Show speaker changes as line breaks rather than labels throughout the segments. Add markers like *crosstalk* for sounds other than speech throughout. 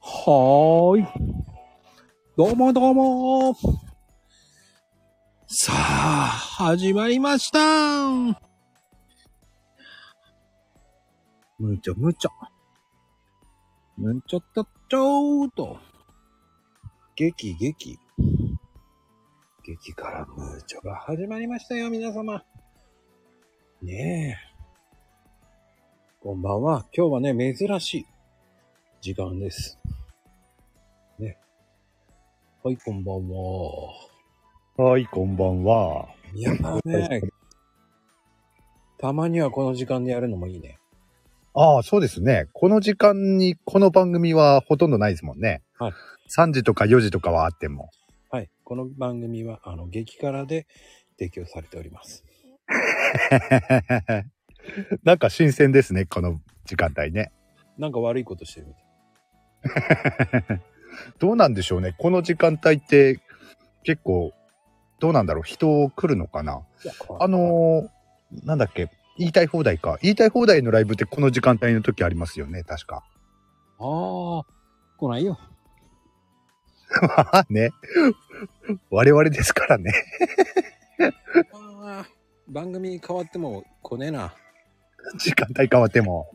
はーい。どうもどうもさあ、始まりましたむちょむちょ。むちょっとっちょーと。激激。激からむちょが始まりましたよ、皆様。ねえ。こんばんは。今日はね、珍しい時間です。ね。はい、こんばんは。
はい、こんばんは。
いやーね。たまにはこの時間でやるのもいいね。
ああ、そうですね。この時間にこの番組はほとんどないですもんね。
はい。
3時とか4時とかはあっても。 *laughs*
はい。この番組は、あの、激辛で提供されております。
なんか新鮮ですね、この時間帯ね。
なんか悪いことしてるみたい。
どうなんでしょうね。この時間帯って結構、どうなんだろう。人来るのかな。あのーなんだっけ。言いたい放題か。言いたい放題のライブってこの時間帯の時ありますよね、確か。 *laughs*
ああ、来ないよ。
まあね。我々ですからね。
ああ、番組変わっても来ねえな。
時間帯変わっても。 *laughs*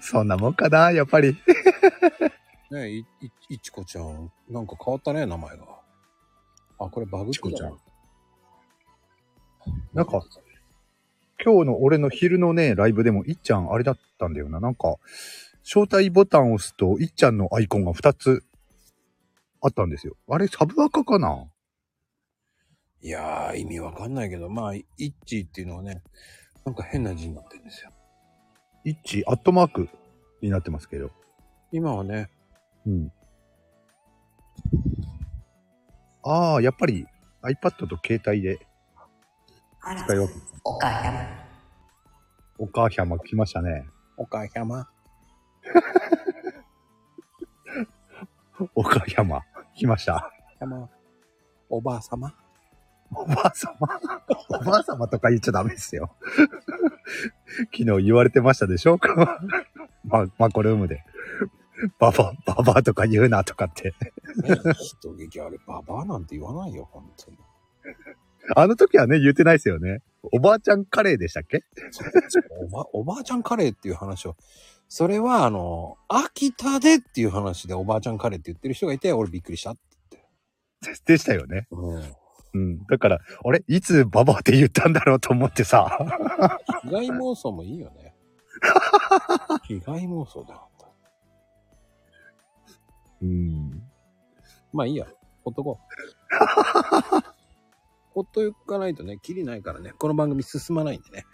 そんなもんかな、やっぱり。
ねえ、い、い、いちこちゃん、なんか変わったね、名前が。あ、これバグってた
いちこちゃん。なんか、今日の俺の昼のね、ライブでも、いっちゃんあれだったんだよな。なんか、招待ボタンを押すと、いっちゃんのアイコンが2つあったんですよ。あれ、サブアカかない
やー、意味わかんないけど、まあ、いいっちーっていうのはね、なんか変な字になってるんですよ。
いっち、アットマークになってますけど。
今はね、
うん。ああ、やっぱり iPad と携帯で
あら
使い分け
お母様。
お母さんも来ましたね。
おかやま。
岡山、来ました。
やま。おばあさま。
おばあさま、おばあさまとか言っちゃダメですよ。昨日言われてましたでしょ *laughs* ま、マコルームで。ババ、ババアとか言うなとかって。
ね、人劇あれ、ババアなんて言わないよ、本当に。
あの時はね、言ってないですよね。おばあちゃんカレーでしたっけ
おば、 *laughs* おばあちゃんカレーっていう話を、それはあの、秋田でっていう話でおばあちゃんカレーって言ってる人がいて、俺びっくりしたって言って。
でしたよね。
う
うん。だから、あれいつババアって言ったんだろうと思ってさ。
ん。被害妄想もいいよ
*laughs*
ね。被害妄想だ。
うん。
まあいいや、ほっとこう。
*laughs*
ほっとかないとね、キリないからね、この番組進まないんでね。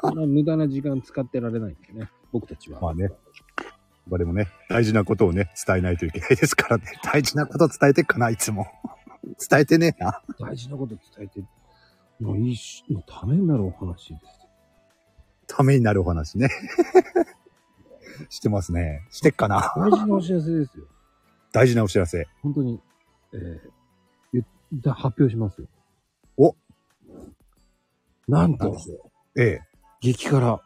こんな無駄な時間使ってられないんでね、僕たちは。
まあね。まあでもね、大事なことをね、伝えないといけないですからね。大事なこと伝えてっかな、いつも。伝えてねえな。
大事なこと伝えて、もういいし、もうためになるお話です。
ためになるお話ね。 *laughs* してますね。してっかな。
大事なお知らせですよ。
大事なお知らせ。
本当に、えー言った、発表しますよ。
お
なんと、
ええ、
激辛、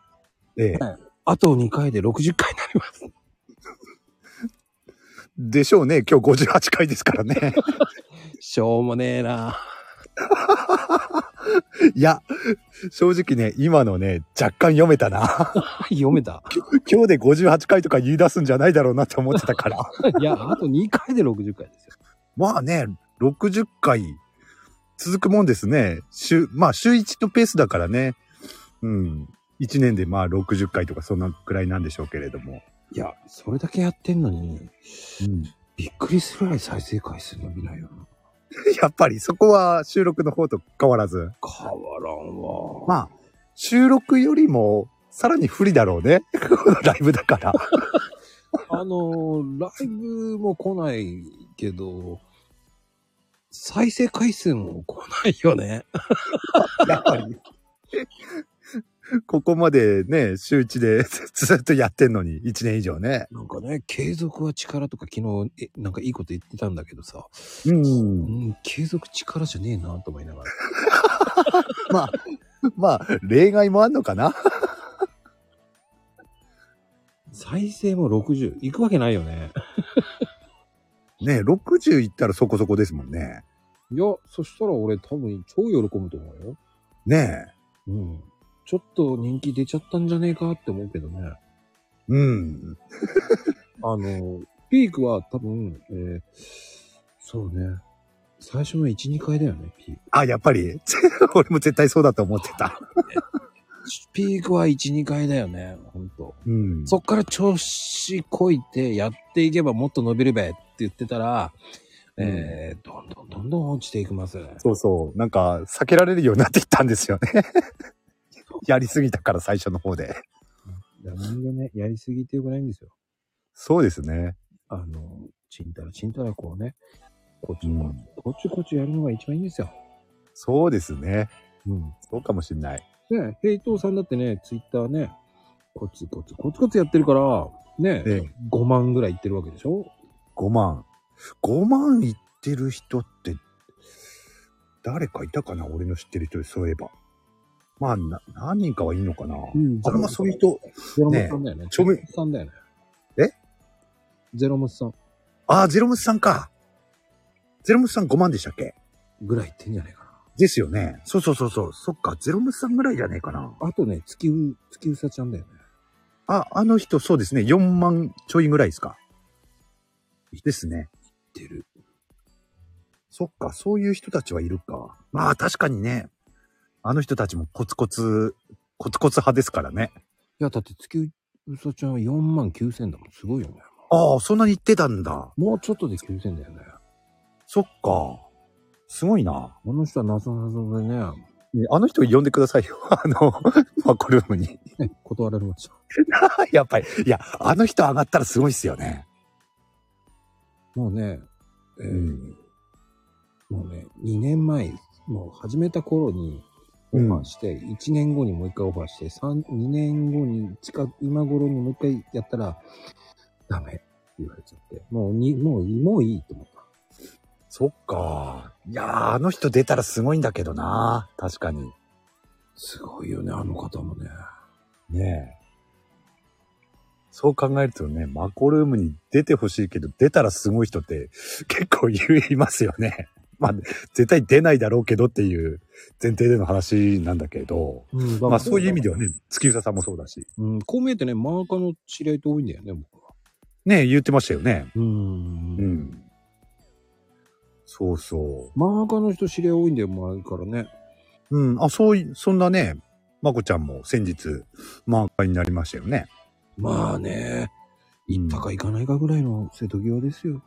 ええ。
あと2回で60回になります。
でしょうね。今日58回ですからね。 *laughs*
しょうもねえない
や、正直ね、今のね、若干読めたな。 *laughs*
読めた。
今日で58回とか言い出すんじゃないだろうなって思ってたから。 *laughs*
*laughs* いや、あと2回で60回ですよ。
まあね、60回続くもんですね。週、まあ週1のペースだからね。うん。1年でまあ60回とかそんなくらいなんでしょうけれども。
いや、それだけやってんのに、
うん。
びっくりするぐらい再生回数伸びないよな。
やっぱりそこは収録の方と変わらず。
変わらんわ。
まあ、収録よりもさらに不利だろうね。 *laughs* このライブだから。
*laughs* あのーライブも来ないけど、再生回数も来ないよね。
やっぱり。ここまでね、週一で *laughs* ずっとやってんのに、1年以上ね。
*laughs* なんかね、継続は力とか昨日、え、なんかいいこと言ってたんだけどさ、
うん
うん、継続力じゃねえなと思いながら。
まあ、まあ、例外もあんのかな
再生も60。行くわけないよね。
ねえ、60いったらそこそこですもんね。
いや、そしたら俺多分超喜ぶと思うよ。
ねえ。
うん。ちょっと人気出ちゃったんじゃねえかって思うけどね。
うん。
あの、ピークは多分、えーそうね。最初の1、2回だよね、ピーク。
あ、やっぱり。 *laughs* 俺も絶対そうだと思ってた。
ピークは1、2回だよね、ほんと。
うん。
そっから調子こいてやっていけばもっと伸びるべって言ってたら、えー、どんどんどんどん落ちていきます。
そうそう。なんか、避けられるようになってきたんですよね。 *laughs* やりすぎたから最初の方で。
だから人間ね、やりすぎてよくないんですよ。
そうですね。
あの、ちんたらちんたらこうね、こっち
う
こ
ん
こっちこっちやるのが一番いいんですよ。
そうですね。
うん。
そうかもしんない。
ね、平等さんだってね、ツイッターね、コツコツ、コツコツやってるから、ね、
ええ
5万ぐらいいってるわけでしょ
5万。5万いってる人って、誰かいたかな俺の知ってる人で、そういえば。まあ、な何人かはいいのかな、
ん
あんまそういう人。
ゼロモスさんだよね。
ちょめ
ゼロモスさんだよね。
え
ゼロモスさん
ああ、ゼロムスさんか。ゼロムスさん5万でしたっけ
ぐらいいってんじゃないか
ですよね。そうそうそうそう。そっか、ゼロムスさんぐらいじゃねえかな。
な。あとね、月う、月うさちゃんだよね。
あ、あの人、そうですね。4万ちょいぐらいですか。ですね。
いってる。
そっか、そういう人たちはいるか。まあ、確かにね。あの人たちもコツコツ、コツコツ派ですからね。
いや、だって月うさちゃんは4万9千だもん。すごいよね。
ああ、そんなに言ってたんだ。
もうちょっとで9千だよね。
そっか。すごいな。
この人はなぞなぞでね、
あの人呼んでくださいよ。 *laughs* あの、マコルームに。
ね断られました。
*laughs* やっぱり。いや、あの人上がったらすごいっすよね。
もうね、えー
うん。
もうね、2年前、もう始めた頃にオ
う
フ
ん
ァーして、1年後にもう一回オファーして、三2年後に近く、今頃にもう一回やったら、ダメって言われちゃって、もうに、もういい、もういいと思った。
そっか。いやー、あの人出たらすごいんだけどな。確かに。
すごいよね、あの方もね。
ねえ。そう考えるとね、マコルームに出てほしいけど、出たらすごい人って結構いますよね。 *laughs* まあ、絶対出ないだろうけどっていう前提での話なんだけど、
うん、
まあそういう意味で
は。
はね、月歌さんもそうだし。
うん、こう見えてね、マーカーの知り合いと多いんだよね、僕は。
ねえ、言ってましたよね。
うん
うん。そうそ
マーカーの人知り合い多いんだよ、前からね。
う。うん、あ、そうい、そんなね、まこちゃんも先日、満開になりましたよね。
まあね、行ったか行かないかぐらいの瀬戸際ですよ。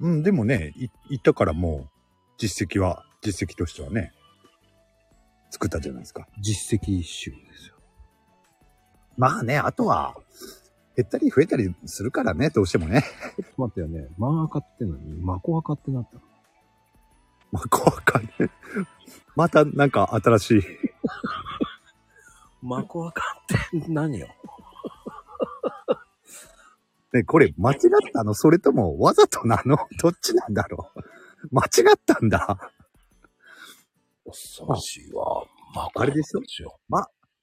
うん、でもね、い行ったからもう、実績は、実績としてはね、作ったじゃないですか。
実績一周ですよ。
まあね、あとは、減ったり増えたりするからね、どうしてもね。 *laughs*
ちょっと待ってよね。マーカってのに、マコアカってなったの。
まあ、怖かね。 *laughs* また、なんか新しい。
マコアカって何よ
ね、これ、間違ったのそれとも、わざとなの *laughs* どっちなんだろう間違ったんだ。
恐ろしいわ。マコ
あれですよ
すよ。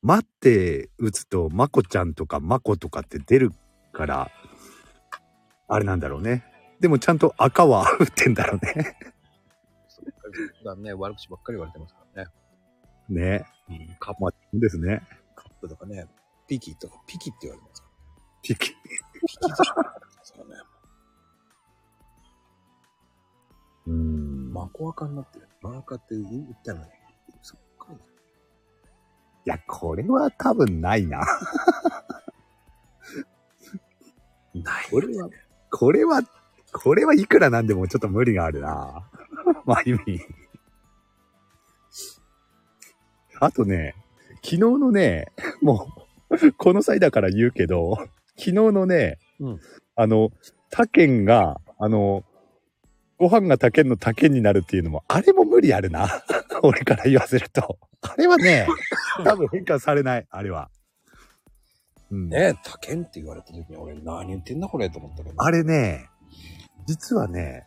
待って打つと、まこちゃんとかまことかって出るから、あれなんだろうね。でもちゃんと赤は打ってんだろうね。 *laughs*
普段ね、悪口ばっかり言われてますからね。
ね。
カッ
まあ、そうですね。
カップとかね、ピキとか、ピキって言われてますか
ピキ。
ら。そうね。
うーん。まあ、
マコアカになってる。マーカって言ったのに。そっかり。
いや、これは多分ないな。 *laughs*
ない。
これは、これは、これはいくらなんでもちょっと無理があるな。 *laughs* まあ、意味。あとね、昨日のね、もう、この際だから言うけど、昨日のね、
うん
あの、他県が、あの、ご飯が他県の他県になるっていうのも、あれも無理あるな。 *laughs* 俺から言わせると。あれはね、 *laughs* 多分変換されない、あれは。うん、
ねえ、他県って言われた時に俺何言ってんだこれと思ったけど。
あれね、実はね、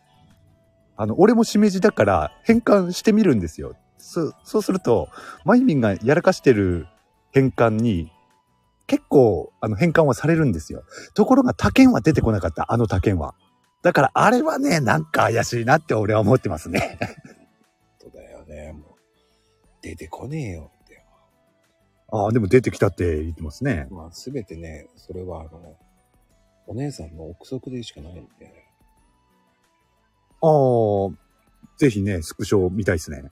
あの、俺もしめじだから変換してみるんですよ。そそうすると、まゆみんがやらかしてる変換に結構、あの、返還はされるんですよ。ところが他県は出てこなかった、あの他県は。だから、あれはね、なんか怪しいなって俺は思ってますね。 *laughs*
そうだよね。もう、出てこねえよって。
ああ、でも出てきたって言ってますね。
まあ、すべてね、それは、あの、お姉さんの憶測でしかないんで、
ああ、ぜひね、スクショ見たいですね。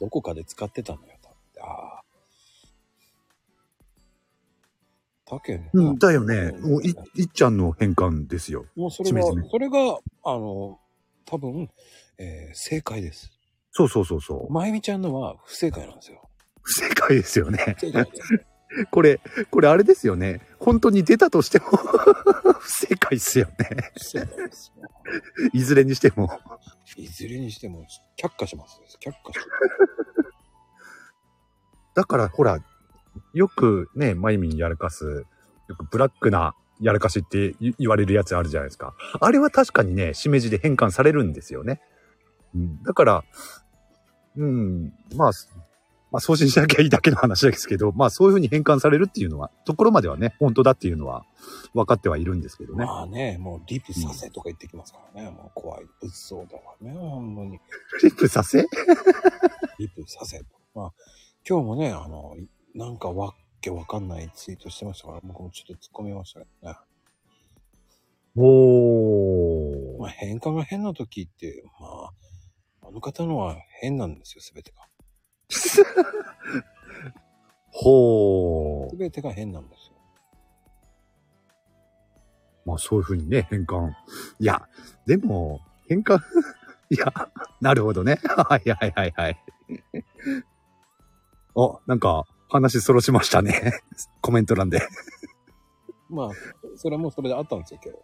どこかで使ってたんだよ、多分ああ。他県の
うん、だよね。もうい、いっちゃんの返還ですよ。
もうそれが
しめじめ、
それが、あの、多分、えー正解です。
そうそうそうそう。
まゆみちゃんのは不正解なんですよ。
不正解ですよね
不。正解です。
これ、これあれですよね。本当に出たとしても、 *laughs* 不正解ですよね。
不正解です。
いずれにしても。
いずれにしても、却下します。却下します。
だから、ほら、よくね、マイミンやらかす、よくブラックなやらかしって言言われるやつあるじゃないですか。あれは確かにね、しめじで変換されるんですよね。うん、だから、うん、まあ、まあ、送信しなきゃいいだけの話ですけど、まあ、そういうふうに変換されるっていうのは、ところまではね、本当だっていうのは分かってはいるんですけどね。
まあね、もうリプさせとか言ってきますからね。もう怖い。物騒だわね、本当に。
フリップさせ
リプさせと。まあ、今日もね、あの、なんかわっけわかんないツイートしてましたから、僕もちょっと突っ込みましたけどね。
お
まあ、変化が変な時って、まあ、あの方のは変なんですよ、すべてが。
ほ
すべてが変なんですよ。
まあそういうふうにね、変換。いや、でも、変換、 *laughs* いや、なるほどね。 *laughs* はいはいはいはい。あ、なんか、話そろしましたね。 *laughs* コメント欄で。
まあ、それはもうそれであったんですよ、今日。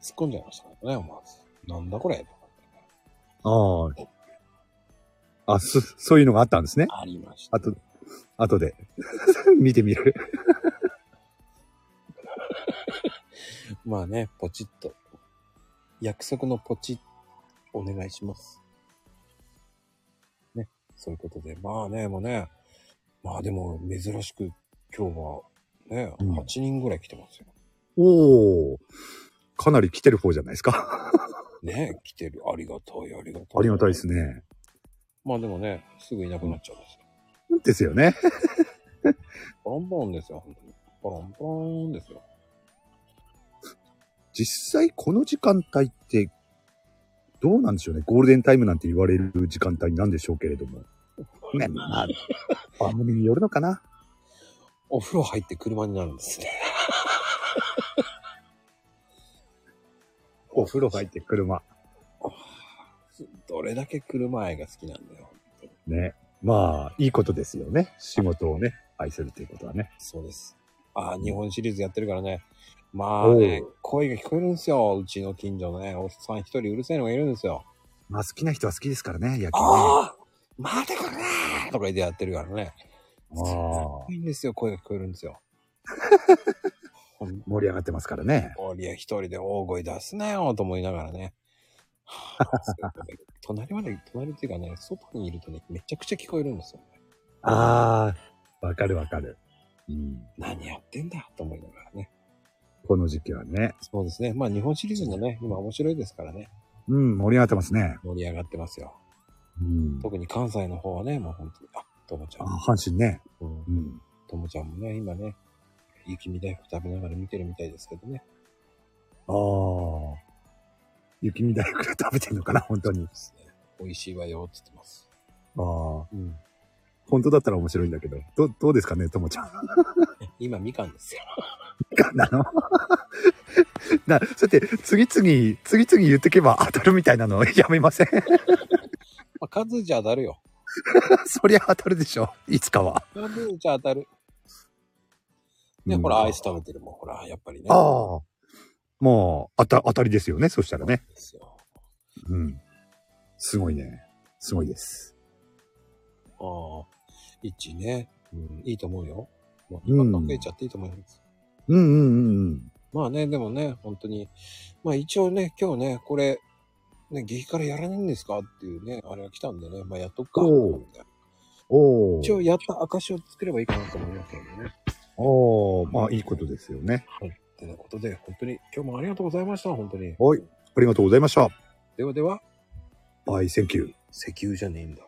突っ込んじゃいましたからね、思わず。なんだこれとかってね
ああ。あ、そ、そういうのがあったんですね。
ありました。
あと、後で。 *laughs* 見てみる。
まあね、ポチッと。約束のポチッ、お願いします。ね、そういうことで。まあね、もうね、まあでも珍しく今日はね、
うん
8人ぐらい来てますよ。
おお。かなり来てる方じゃないですか。 *laughs*
ね、来てる。ありがたい、ありがたい。
ありがたいです。ね。
まあでもね、すぐいなくなっちゃうんですよ。
ですよね。
ポロンポロンですよ、本当に。ポロンポロンですよ。
実際この時間帯ってどうなんでしょうねゴールデンタイムなんて言われる時間帯なんでしょうけれどもねまあ番組によるのかな
お風呂入って車になるんですね。
お風呂入って車
どれだけ車愛が好きなんだよ。
ねまあいいことですよね仕事をね愛するということはね
そうです。ああ、日本シリーズやってるからね。まあね
お、
声が聞こえるんですよ。うちの近所のね、おっさん一人うるせえのがいるんですよ。
まあ好きな人は好きですからね野球ね
ああ待てこれとか言ってやってるからね。
ああ
いいんですよ、声が聞こえるんですよ。ほん
盛り上がってますからね
とに一人で大声出すなよと思いながらね。はあ隣まで、隣っていうかね、外にいるとね、めちゃくちゃ聞こえるんですよね。
ああわかるわかる、うん、
何やってんだと思いながらね。
この時期はね
そうですね。まあ日本シリーズもね、今面白いですからね。
うん盛り上がってますね、
盛り上がってますよ。
うん、
特に関西の方はね、もう本当に、あ、ともちゃ
あ
ん、
阪神ね、
うん
うん、
ともちゃんもね、今ね、雪見大福食べながら見てるみたいですけどね。
ああ。雪見大福食べてんのかな本当に。
ですね。美味しいわよ、って言ってます。
ああ。
うん。
本当だったら面白いんだけど。ど、どうですかねともちゃん。 *laughs*
今、みかんですよ。
なの *laughs* な、そうやって、次々、次々言ってけば当たるみたいなの *laughs* やめません
まあ、数じゃ当たるよ。
そりゃ当たるでしょ。いつかは。
数じゃ当たる。ね、
うん
ほら、アイス食べてるもん、ほら、やっぱりね。
ああ。もう、当た、当たりですよね。そしたらね。
ですよ。
うん。すごいね。すごいです。
ああ。一ね、うん、いいと思うよ。もう、
うん
増えちゃっていいと思います。
うんうんうんうん。
まあね、でもね、本当に。まあ一応ね、今日ね、これ、ね、激辛やらないんですかっていうね、あれが来たんでね、まあやっとくか。
おう
みたいな
お
一
ー
応やった証を作ればいいかなと思いますのでね。
おーまあいいことですよね。
ということで、本当に今日もありがとうございました、本当に。
はい。ありがとうございました。
ではでは、
バイセンキュー。
石油じゃねえんだ。